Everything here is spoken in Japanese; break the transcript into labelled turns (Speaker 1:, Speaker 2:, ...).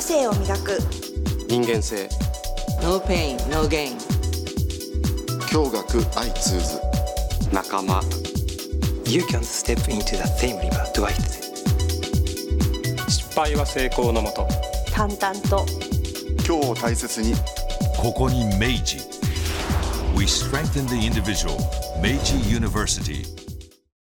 Speaker 1: 性を磨く
Speaker 2: 人間性
Speaker 3: No pain, no gain.
Speaker 4: 驚愕相通ず
Speaker 2: 仲間
Speaker 5: You can step into the same river twice.
Speaker 6: 失敗は成功のもと
Speaker 1: 淡々と
Speaker 4: 今日を大切に
Speaker 7: ここに明治 We strengthen the individual 明治 University